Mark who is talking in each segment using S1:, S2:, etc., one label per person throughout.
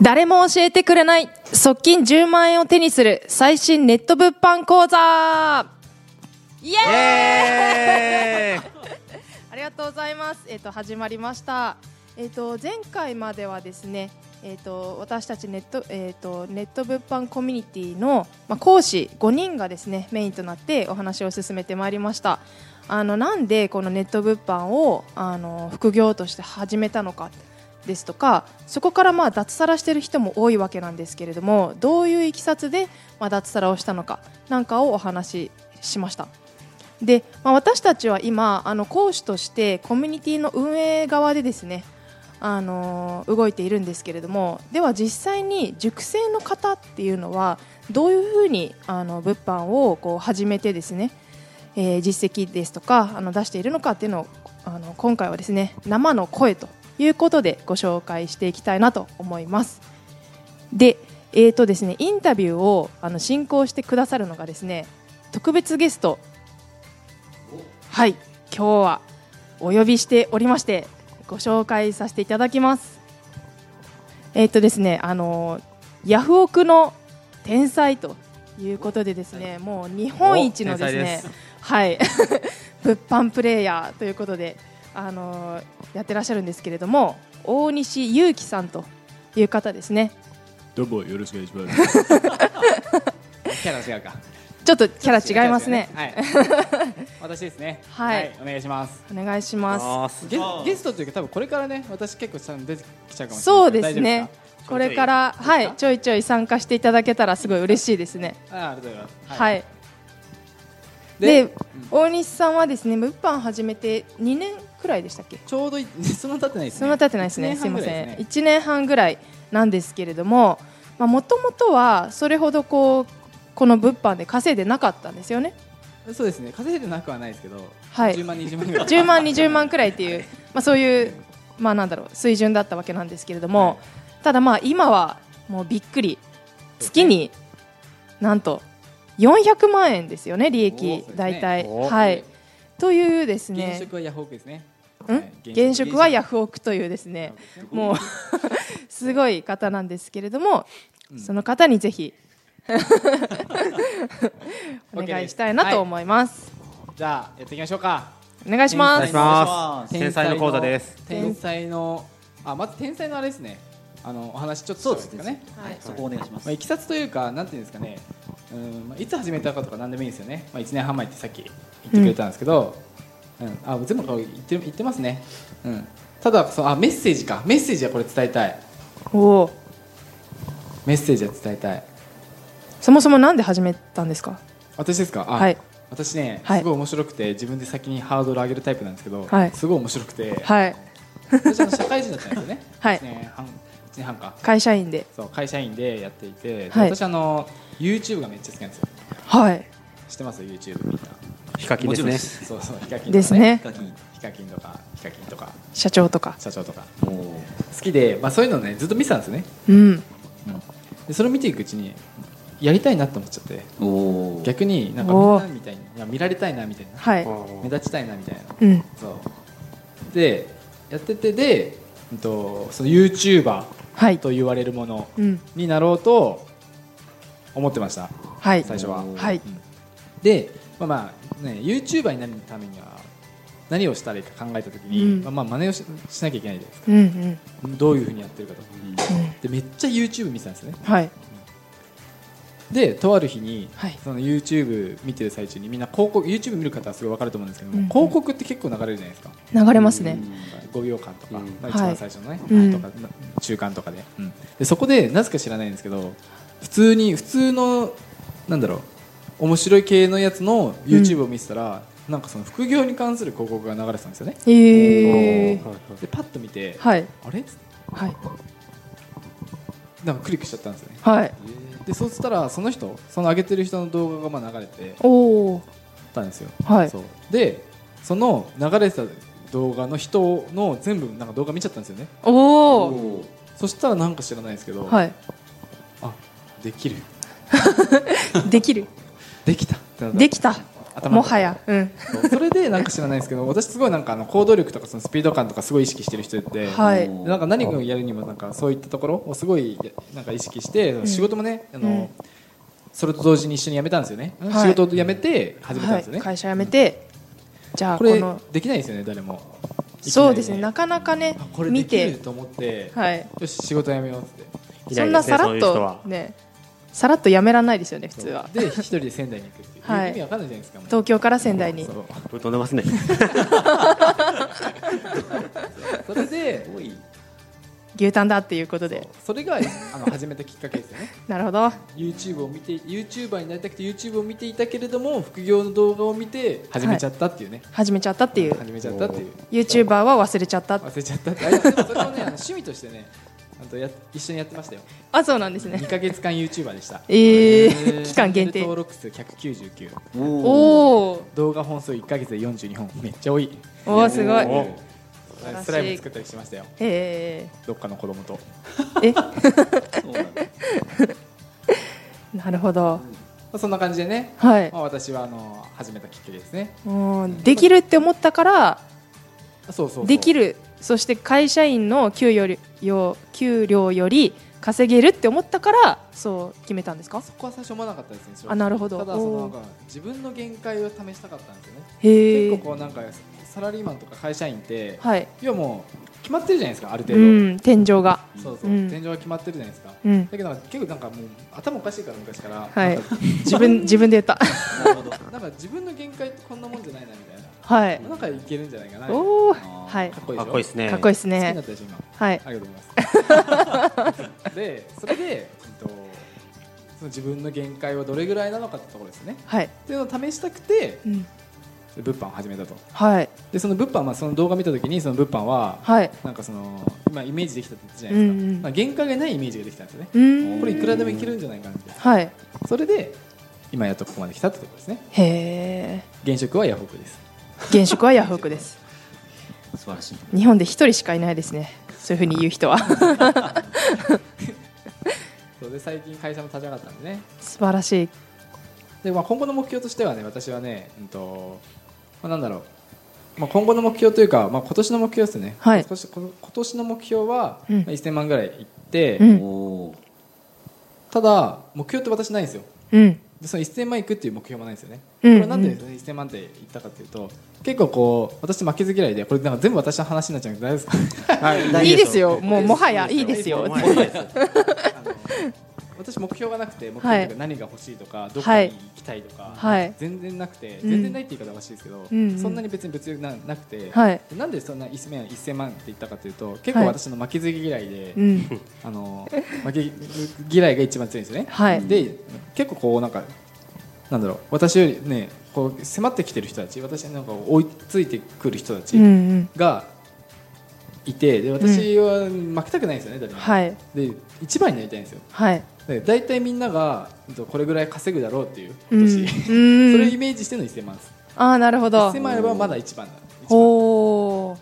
S1: 誰も教えてくれない側近10万円を手にする最新ネット物販講座イエーイ
S2: え
S1: ありがとうございます。えっ、と始まりました。えっ、と前回まではですね、えっ、と私たちネットえっ、とネット物販コミュニティのまあ講師5人がですねメインとなってお話を進めてまいりました。あのなんでこのネット物販をあの副業として始めたのか。ですとかそこからまあ脱サラしてる人も多いわけなんですけれどもどういういきさつでまあ脱サラをしたのかなんかをお話ししました。で、まあ、私たちは今あの講師としてコミュニティの運営側でですね、あのー動いているんですけれどもでは実際に塾生の方っていうのはどういうふうにあの物販をこう始めてですね、えー実績ですとかあの出しているのかっていうのをあの今回はですね生の声ということでご紹介していきたいなと思います。でえーとですね、インタビューをあの進行してくださるのがですね特別ゲストはい、今日はお呼びしておりましてご紹介させていただきます。えーっとですね、あのヤフオクの天才ということでですね、もう日本一のです
S2: お
S1: ね、
S2: 天才で
S1: は
S2: す
S1: い 物販プレイヤーということであのやってらっしゃるんですけれども、大西祐樹さんという方ですね。
S3: どうもよろしくお願いします。
S2: ー、キャラ違うか。
S1: ちょっとキャラ違いますね。
S2: はい。私ですね。
S1: はい
S2: お願いします。
S1: お願いします。
S2: ゲゲストというか多分これからね私結構ちゃんと出てきちゃうかもしれ
S1: そ
S2: な
S1: う
S2: いから。
S1: ですね。これ
S2: 大丈夫ですか
S1: からはい
S2: か
S1: ちょいちょい参加していただけたらすごい嬉しいですね。
S2: あーありがとうございます。。
S1: はいい。で、
S2: うん
S1: 大西さんはですね、物販始めて2年くらいでしたっけ？
S2: ちょうどい そんな経ってないですね。
S1: そんな経ってないですね。
S2: 一
S1: すい
S2: 年半
S1: ま
S2: ぐら
S1: せ
S2: いで
S1: ん。
S2: すね。
S1: 1年半ぐらいなんですけれども、まあ元々はそれほどこうこの物販で稼いでなかったんですよね。
S2: そうですね。稼いでなくはないですけど。
S1: はい
S2: 10万20万 ぐらい。
S1: 10万20万くらいっていう、まあそういうまあなんだろう水準だったわけなんですけれども、ただまあ今はもうびっくり月になんと400万円ですよね利
S2: お
S1: 益
S2: ーそうですね
S1: 大体、
S3: おー
S1: はいというですね
S2: 現職はヤフオクですね。
S1: ん
S2: はい
S1: 現職はヤ
S2: フ
S1: フオクというですね
S2: オク。
S1: もうすごい方なんですけれども、
S2: うん
S1: その方にぜひ お願いしたいなと思います。
S2: じゃあやっていきましょうか。
S1: お願いしま
S4: お願い
S1: す
S4: し。ます
S2: 天
S4: 天才の講座です
S2: 天才のあまず天才のあれですねあのお話ちょっと
S4: そうで
S2: し
S4: す
S2: た方がいい
S4: ね
S2: ですかね。
S4: はい、そこお願いしま
S2: まあ、
S4: す。
S2: いきさつというかなんていうんですかねうん、まあ、いつ始めたかとか何でもいいんですよね、まあ、1年半前ってさっき言ってくれたんですけど、うんあ全部こう言って言ってますね、うん、ただそうあメッセージかメッセージはこれ伝えたい
S1: おー
S2: メッセージは伝えたい
S1: そもそもなんで始めたんですか。
S2: 私ですかあ、
S1: はい
S2: 私ね、
S1: はい
S2: すごい面白くて自分で先にハードル上げるタイプなんですけど、
S1: はい
S2: すごい面白くて、
S1: はい。
S2: 私あの社会人だったんですよね、
S1: はい
S2: 1年半1年半か
S1: 会社員で。
S2: そう会社員でやっていて、で
S1: はい
S2: 私あの YouTube がめっちゃ好きなんですよ
S1: はい。
S2: 知ってます YouTube みんな
S4: ヒカキンです
S3: も
S4: ね。
S3: ち
S2: そうそうヒカキンとか、
S1: ですね。
S4: ヒカキン。
S2: ヒカキンとかヒカキンとか
S1: 社長とか。
S2: 社長とか好きで、まあ、そういうのねずっと見てたんですね
S1: うん。
S2: でそれを見ていくうちにやりたいなって思っちゃって
S4: おおー。
S2: 逆になんかみん
S1: おー
S2: なみたいにいや見られたいなみたいな
S1: はい。
S2: 目立ちたいなみたいな
S1: うん。
S2: そうでやっててで、うん、とその YouTuber
S1: はい。
S2: と言われるもの
S1: うん。
S2: になろうと思ってました
S1: はい。
S2: 最初は
S1: はい。
S2: で、まあまあね、YouTuber になるためには何をしたらいいか考えた時
S1: う
S2: に、
S1: ん
S2: まあ、まあ真似をししなきゃいけないじゃないですか
S1: うんうん。
S2: どういうふうにやってるかと
S1: うん
S2: でめっちゃ YouTube 見てたんですね
S1: はい。
S2: でとある日に、
S1: はい
S2: その YouTube 見てる最中にみんな広告 YouTube 見る方はすごい分かると思うんですけども、
S1: うん
S2: 広告って結構流れるじゃないですか
S1: 流れますね。
S2: 5秒間とか、
S3: うん
S2: まあ、一番最初のね、
S1: うん
S2: とか中間とかで,、でそこでなぜか知らないんですけど普通に普通のなんだろう面白い系のやつの YouTube を見てたら、なんかその副業に関する広告が流れてたんですよね
S1: へえ。
S2: でパッと見て、
S1: はい。
S2: あれ
S1: はい。
S2: なんかクリックしちゃったんですよね
S1: はい。
S2: でそうしたらその人その上げてる人の動画がまあ流れて
S1: おお。
S2: たんですよ、
S1: はい
S2: そうでその流れてた動画の人の全部なんか動画見ちゃったんですよね
S1: おお。
S4: お。
S2: そしたらなんか知らないですけど、
S1: はい。
S2: あできる
S1: できる。
S2: できたってなった
S1: できた。
S2: 頭
S1: も
S2: の中
S1: はや、うん、
S2: そうそれでなんか知らないんですけど私すごいなんかあの行動力とかそのスピード感とかすごい意識してる人で、
S1: はい
S2: でなんか何をやるにもなんかそういったところをすごいなんか意識して仕事もね、あの
S1: うん
S2: それと同時に一緒に辞めたんですよね、
S1: はい
S2: 仕事を辞めて始めたんですよね、
S1: はい、会社辞めて、じゃあ
S2: こ
S1: こ
S2: れ
S1: の
S2: できないですよね誰も
S1: そうですね
S2: いき
S1: な
S2: り
S1: かなかね
S2: あこれで
S1: 見
S2: きる
S1: て、
S2: と思って、
S1: はい、
S2: よし仕事辞めようって
S5: い
S1: そ
S5: ないですね
S1: んなさら
S5: そうい
S1: っ
S5: う人は
S1: とねさらっと辞めらないですよね普通は
S2: で一人で仙台に行くっていう、
S1: はい
S2: 意味わかんないじゃないですかもう
S1: 東京から仙台に
S2: そう
S5: ぶっ飛んでますね
S2: そ れで
S1: 牛タンだっていうこと
S2: そう
S1: で
S2: それがあの始めたきっかけですよね
S1: なるほど
S2: YouTube を見て YouTuber になりたくて YouTube を見ていたけれども副業の動画を見て始めちゃったっていうね、
S1: 始めちゃったっていう
S2: 始めちゃったっていう
S1: YouTuber は忘れちゃった
S2: 忘れちゃったってあれでも それをねあの趣味としてねあとや一緒にやってましたよ
S1: あそうなんですね
S2: 2か月間 YouTuber でした
S1: え
S2: え
S1: ー、
S2: ー
S1: 期間限定
S2: 登録数199
S4: おお
S1: おお
S2: 動画本数1か月で42本めっちゃ多い
S1: おおすごい
S5: おー
S1: 晴らしい
S2: スライム作ったりしましたよ
S1: え
S2: どっかの子供と
S1: ー、え なるほど
S2: そんな感じでね、
S1: はい
S2: まあ、私はあの始めたきっかけですね
S1: うんできるって思ったから
S2: そうそうそう
S1: できるそして会社員の給与よりよ給料より稼げるって思ったからそう決めたんですか
S2: そこは最初思わなかったですね正直
S1: あなるほど
S2: ただそのな
S1: お
S2: ん
S1: ー
S2: か自分の限界を試したかったんですよね
S1: へ
S2: 結
S1: え
S2: 構こうなんかサラリーマンとか会社員って
S1: はい
S2: 要はもう決まってるじゃないですかある程
S1: う
S2: 度、
S1: ん天井が
S2: そうそう、
S1: うん
S2: 天井が決まってるじゃないですか、
S1: うん
S2: だけどなんか結構なんかもう頭おかしいから昔から、
S1: はい
S2: なんか
S1: 自 分自分で言った
S4: なるほど
S2: なんか自分の限界ってこんなもんじゃないなみたいな
S1: はい
S2: なんかいけるんじゃないかなか
S1: おお
S4: あー
S1: はい
S2: っこいいでしょ
S5: かっこいいですね
S1: かっこいいです
S2: 好きにな
S1: ね
S2: ったでしょ今
S1: はい
S2: ありがとうございます でそれで、うんと、その自分の限界はどれぐらいなのかってところですね
S1: はい
S2: っていうのを試したくて
S1: うん
S2: 物販を始めたと
S1: はい
S2: でその物販はその動画見た時にその物販は
S1: はい
S2: なんかその今イメージできたって言ったじゃないですか,、
S1: うんうん
S2: なんか限界がないイメージができたんですよね
S1: うーん
S2: これいくらでもいけるんじゃないかなみたい
S1: はい
S2: なそれで今やっとここまで来たってところですね
S1: へえ
S2: 現職はヤフオクです
S1: 現職はヤフオクです
S4: 素晴らしい
S1: 日本で一人しかいないですねそういうふうに言う 人は
S2: そうで最近会社も立ち上がったんでね
S1: 素晴らしい
S2: で、まあ、今後の目標としてはね私はね、うんとまあ、なんだろう、まあ、今後の目標というか、まあ、今年の目標ですね、
S1: はい
S2: 今年この今年の目標は、
S1: うん
S2: まあ1000万ぐらいいって、
S1: うん
S4: おー
S2: ただ目標って私ないんですよ
S1: うん
S2: でその1000万いくっていう目標もないんですよね、
S1: うん
S2: これなんで1000万って言ったかっていうと結構こう私負けず嫌いでこれなんか全部私の話になっちゃうんで大丈夫ですか
S4: はい
S1: いいですよもうもはやいいですよ
S5: もういいです
S2: あの 私目標がなくて目標というか何が欲しいとか、どこに行きたいとか、
S1: はい
S2: 全然なくて、
S1: うん
S2: 全然ないって言い方はおかしいですけど、
S1: うんうん
S2: そんなに別に物欲ななくて、
S1: はい
S2: でなんでそんな1000万1000万って言ったかというと結構
S1: はい
S2: 私の負けず嫌いで、
S1: うん
S2: あの負け嫌いが一番強いんですよね。
S1: はい
S2: で結構こうなんかなんだろう私よりねこう迫ってきてる人たち私なんか追いついてくる人た
S1: うんう
S2: ち
S1: ん
S2: がいて、で私は負けたくないんですよね誰も。
S1: はい
S2: で一番になりたいんですよ。
S1: はい
S2: で大体みんながうんとこれぐらい稼ぐだろうっていう
S1: うん
S2: 今年、
S1: うん
S2: それをイメージしての1000万です
S1: ああなるほど
S2: 1000万あればまだ一番だ一番
S1: おお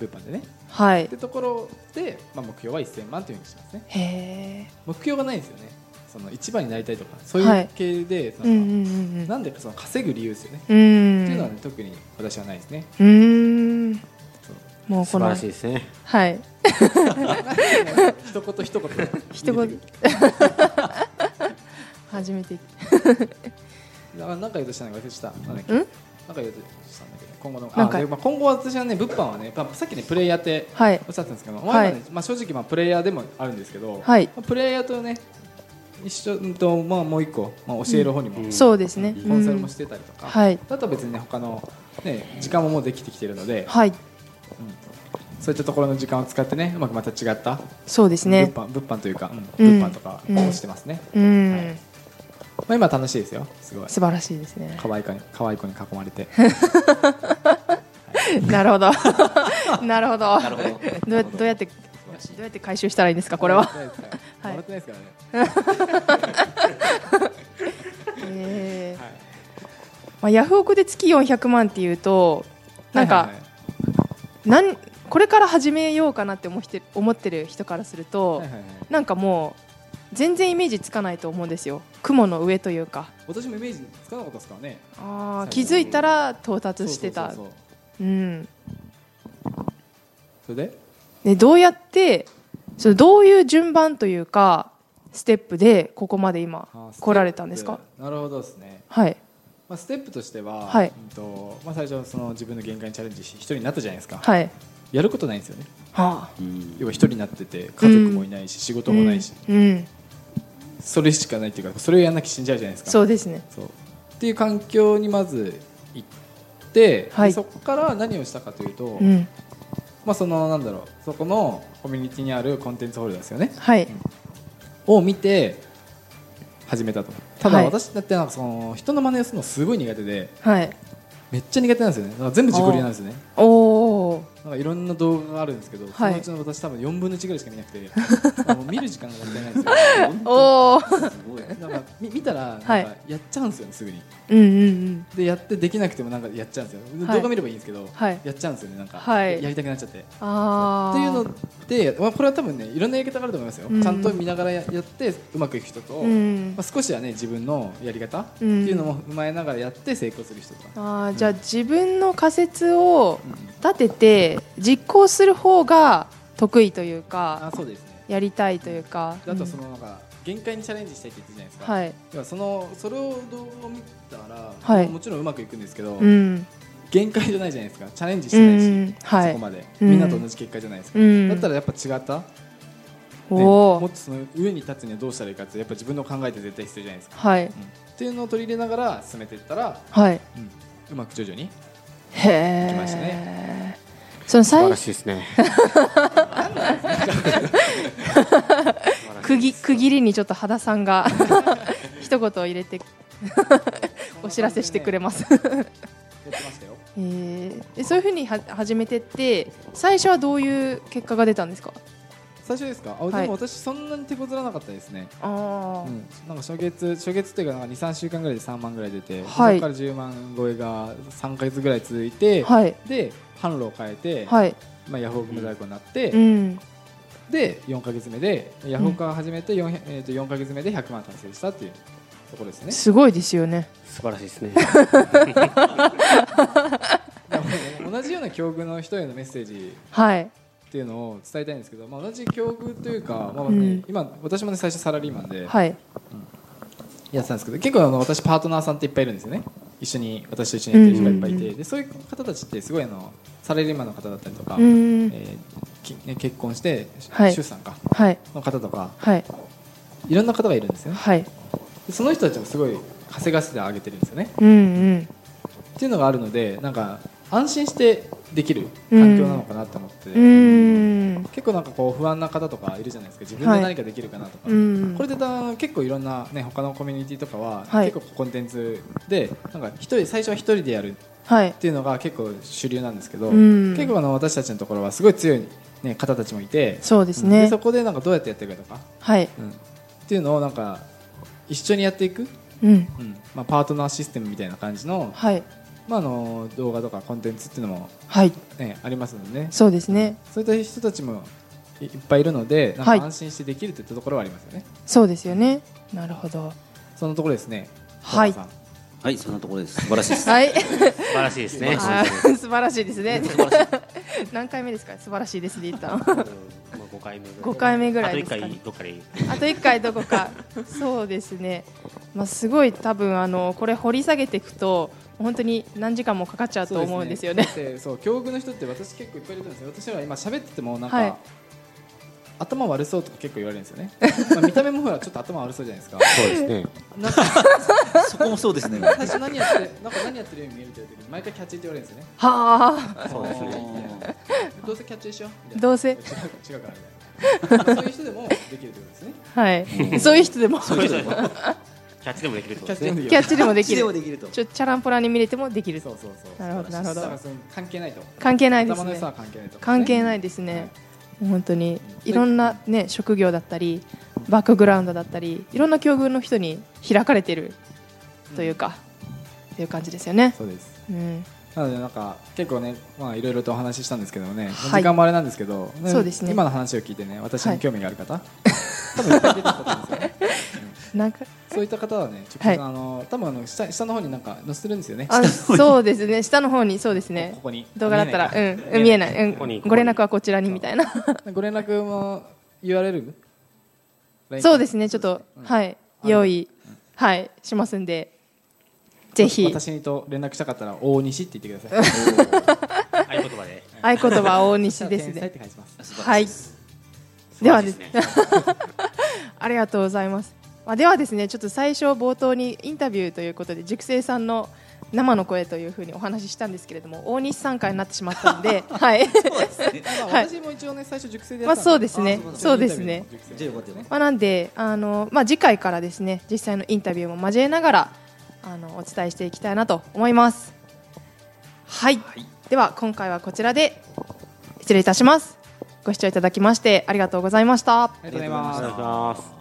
S2: 物販でね
S1: はい
S2: ってところで、まあ、目標は1000万というふうにしますね
S1: へえ
S2: 目標がないんですよねその一番になりたいとかそうい
S1: は
S2: う
S1: い
S2: 系で、
S1: うんうん
S2: なんか
S1: うんうん
S2: なんでかその稼ぐ理由ですよね、
S1: うーん
S2: っていうのは、ね、特に私はな いですね
S1: うーん
S2: そう
S1: もう
S5: 素
S1: こ
S5: 晴
S1: の
S5: らしいですね
S1: はい
S2: 一言一言
S1: 一
S2: 入れて
S1: 言
S2: く
S1: 初めて
S2: るあなんか言おうとしたのが忘れてたなんだっけ
S1: ん
S2: なんか言おうとしたんだけど今後の
S1: な
S2: あ
S1: んか
S2: で、まあ、今後は私はね物販はね、まあ、さっきねプレイヤーって
S1: はい
S2: おっしゃったんですけど、
S1: はい
S2: まあまあねまあ、正直まあプレイヤーでもあるんですけど、
S1: はい
S2: まあプレイヤーとね一緒うんと、まあ、もう一個、まあ、教える方にも、
S5: うん
S1: そうですね
S2: コンサルも
S1: うん
S2: してたりとか、
S1: はい
S2: あとは別にね他の、ね、時間ももうできてきてるので、
S1: はい
S2: そういったところの時間を使ってねうまくまた違った、
S1: そうですね
S2: 物販物販というか、う
S1: うんん
S2: 物販とかをしてますね、
S1: うーん
S2: まあ、今楽しいですよすごい
S1: 素晴らしいですね
S2: 可愛い子に可愛い子に囲まれて
S1: なるほ どなるほど
S4: なるほ
S1: ど
S4: ど
S1: うやどうやってど
S4: 素晴らしいう
S1: やって回収したらいいんです かこれは
S2: 笑ってないですから
S1: はい
S2: 笑ってないですからね
S1: えーまあ、ヤフオクで月400万っていうとなん
S2: はい
S1: か
S2: はいはい
S1: なんこれから始めようかなって思って思ってる人からすると、
S2: はいはいはい
S1: なんかもう全然イメージつかないと思うんですよ雲の上というか
S2: 私もイメージつかなかったですからね
S1: あー
S2: 最
S1: 気
S2: 初
S1: づいたら到達してた
S2: そうそうそう
S1: うん
S2: そうそれで
S1: でどうやってそのどういう順番というかステップでここまで今
S2: あー
S1: 来られたんです
S2: ス
S1: か
S2: テップなるほどですね、
S1: はい
S2: まあ、ステップとしては、
S1: はい
S2: うんとまあ、最初その自分の限界にチャレンジし一人になったじゃないですか、
S1: はい
S2: やることないんですよね
S1: はあ
S4: うん
S2: 要は一人になってて家族もいないし、仕事もないし、
S1: うん、うん
S2: それしかないっていうかそれをやんなきゃ死んじゃうじゃないですか
S1: そうですね
S2: そうっていう環境にまず行って、
S1: はい
S2: でそこから何をしたかというと、
S1: うん
S2: まあ、そのなんだろうそこのコミュニティにあるコンテンツホルダーですよね
S1: はい
S2: を見て始めたとただ
S1: はい
S2: 私だってなんかその人の真似をするのすごい苦手で
S1: はい
S2: めっちゃ苦手なんですよねだから全部自己流なんですよね
S1: おお
S2: なんかいろんな動画があるんですけど、
S1: はい
S2: そのうちの私多分4分の1ぐらいしか見なくて あの見る時間が足りないんですよ
S1: おお
S4: すごい
S2: なんかみ見たらなんか
S1: はい
S2: やっちゃうんですよねすぐに
S1: うんうんうん
S2: でやってできなくてもなんかやっちゃうんですよ、
S1: はい
S2: 動画見ればいいんですけど、
S1: はい
S2: やっちゃうんですよねなんか、
S1: はい
S2: やりたくなっちゃって
S1: ああ
S2: っていうので、まあ、これは多分ねいろんなやり方があると思いますよ、
S1: うん
S2: ちゃんと見ながらややってうまくいく人と、
S1: うん
S2: まあ、少しはね自分のやり方って
S1: うん
S2: いうのも踏まえながらやって成功する人とか、
S1: あーじゃあ自分の仮説を立てて実行する方が得意という
S2: あ
S1: か
S2: そうですね
S1: やりたいというか
S2: であとはそのなんか限界にチャレンジしたいって言ってたじゃないです
S1: うん
S2: か、
S1: はい
S2: 要はそのそれを動画を見たら、
S1: はい
S2: もちろんうまくいくんですけど、
S1: うん
S2: 限界じゃないじゃないですかチャレンジしてないし、
S1: うんはい
S2: そこまで、
S1: うん
S2: みんなと同じ結果じゃないですか、
S1: うん
S2: だったらやっぱ違った、ね
S1: お
S2: もっ
S1: お
S2: とその上に立つにはどうしたらいいかってやっぱ自分の考えって絶対必要じゃないですか、
S1: はい
S2: うんっていうのを取り入れながら進めていったら
S1: はいう
S2: まく徐々に
S1: へ
S2: 行きました
S1: えその
S5: 素晴
S1: 最
S5: らしいです ね。
S1: 区切区切りにちょっと羽田さんが 一言を入れてお知らせしてくれ
S2: ま
S1: ます
S2: やってましたよ
S1: えーえそういうふうには始めてって最初はどういう結果が出たんですか
S2: 最初ですかあ
S1: は
S2: で
S1: い
S2: も私そんなに手こずらなかったですね、
S1: あ
S2: うん、なんか初月初月っていうかなんか23週間ぐらいで3万ぐらい出て、
S1: はい
S2: そこから10万超えが3か月ぐらい続いて、
S1: あはい
S2: で販路を変えて、
S1: はい
S2: まあ、ヤフオク無在庫になって、
S1: うん
S2: で4か月目でヤフオクを始めて 4,、えー、と4ヶ月目で100万達成したっていうところですね
S1: すごいですよね
S5: 素晴らしいですね。
S2: で も同じような境遇の人へのメッセージ
S1: はい
S2: っていうのを伝えたいんですけど、まあ、同じ境遇というか、まあ
S1: う
S2: ね
S1: ん
S2: 今私もね最初サラリーマンで
S1: はい
S2: やってたんですけど結構あの私パートナーさんっていっぱいいるんですよね一緒に私と一緒にやってる人がいっぱいいて、
S1: うんうんう
S2: でそういう方たちってすごいあのサラリーマンの方だったりとか、
S1: うーん
S2: えーきね結婚して、
S1: はい
S2: 出産か
S1: はい
S2: の方とか
S1: はい
S2: いろんな方がいるんですよね
S1: はい
S2: でその人たちもすごい稼がせてあげてるんですよね
S1: うんうん
S2: っていうのがあるのでなんか安心してできる環境なのかなと思って、
S1: うーん
S2: 結構なんかこう不安な方とかいるじゃないですか自分で何かできるかなとか、
S1: うん
S2: これでだ結構いろんな、ね、他のコミュニティとかは、
S1: はい
S2: 結構コンテンツでなんか一人最初は一人でやるっ
S1: はい
S2: ていうのが結構主流なんですけど、
S1: うん
S2: 結構あの私たちのところはすごい強い、ね、方たちもいて
S1: そうです
S2: で
S1: ね
S2: そこでなんかどうやってやっていくかとか、
S1: はい
S2: うんっていうのをなんか一緒にやっていく、
S1: うん
S2: うんまあ、パートナーシステムみたいな感じの,、
S1: はい
S2: まあ、あの動画とかコンテンツっていうのも、
S1: はい
S2: ね、ありますのでね
S1: そうですね
S2: そういった人たちもいいっぱいいるのでなんか
S1: はい
S2: 安心してできるといったところはありますよね。
S1: そうですよねなるほど
S2: そのところですね。
S1: はい
S2: 小原さ
S4: はいそんなところです素晴らし いです
S1: はい
S5: 素晴らしいですね。
S1: あー素晴らしいですね
S4: 素晴らしい
S1: 何回目ですか素晴らしいですね言ったの
S5: 五回目ぐらい。
S1: 5回目ぐらいで
S5: あと一
S1: すかね
S5: 回どっかで。
S1: あと1回どこ かそうですね、まあ、すごい多分あのこれ掘り下げていくと本当に何時間もかかっちゃうんと思うんですよね
S2: だってそう境遇の人って私結構いっぱいいると思うんですよ。私は今喋っててもなんか、
S1: はい
S2: 頭悪そうとか結構言われるんですよね。まあ見た目もほらちょっと頭悪そうじゃ ないですか。
S5: そうですね。
S2: なんか
S4: そこもそうですね
S2: 最初何やってなんか何やってるように見えるって言う時に毎回キャッチって言われるんですよね。
S1: はあ
S4: そうです
S2: どうせキャッチでしょ。みたいな
S1: どうせ
S2: 違う違うからみたいな。そういう人でもできるってことで すね。
S1: はい
S4: うん
S1: そういう人でも
S5: そうですね。キャッチでもできるってこ
S2: キ
S5: と
S2: ャッ
S5: です
S2: チで
S5: ね
S2: も。でき
S1: キャ
S2: る。
S1: ッチでもでき
S4: でも
S1: る
S4: できると
S1: ちょチャランポランに見れてもできる
S2: そうそうそう。
S1: なるほどなるほ
S2: だから
S1: ど
S2: その関係ないと。
S1: 関係ないで
S2: 頭
S1: す
S2: の良
S1: ね
S2: さは関係ないと。
S1: 関係
S2: い。
S1: ないです
S2: は
S1: ね
S2: い
S1: 本当にいろんなね職業だったりバックグラウンドだったりいろんな境遇の人に開かれてるというか、っていう感じですよね
S2: そうです。
S1: うん
S2: なのでなんか結構ねまあいろいろとお話ししたんですけどもね、
S1: はい
S2: 時間もあれなんですけど、
S1: そうですね
S2: 今の話を聞いてね私に興味がある方、多分いっぱい出てきたと思うんですよね、
S1: なんか
S2: そういった方はね、直接、
S1: はい
S2: あの多分あの下下の方になんか載せてるんですよね。
S1: あそうですね下の方にそうです
S2: こ
S1: ね
S2: ここに
S1: 動画だったら
S2: 見え
S1: うんうん見えないうん
S5: ここに
S1: ご連絡はこちらにみたいな
S2: ないご連絡も URL。
S1: そうですすねちょっと
S2: うん
S1: はい
S2: あの
S1: 用意はいしますんでぜひ
S2: 私にと連絡したかったら大西って言ってく ださい。
S5: 合言葉で。
S1: 合言葉大西です
S2: 天才っ
S1: ね
S2: て書いてます。
S1: はいではですね
S5: 素晴らしいですね。
S1: ありがとうございます。まあ、ではですね、ちょっと最初冒頭にインタビューということで、熟成さんの生の声というふうにお話ししたんですけれども、大西さん会になってしまったので、はい。
S2: まあ
S1: はい
S2: 私も一応ね最初熟成で
S1: ま
S2: や
S1: あ、
S2: ってた
S1: そうん
S2: で
S1: ですね。
S4: あ
S1: そうですね。
S4: じゃあよかったよかっ
S1: まあ、なんで、あの、まあ、次回からですね、実際のインタビューも交えながら。あの、お伝えしていきたいなと思います。はい、では、今回はこちらで。失礼いたします。ご視聴いただきまして、ありがとうございました。
S2: ありがとうございます
S5: お。願いします。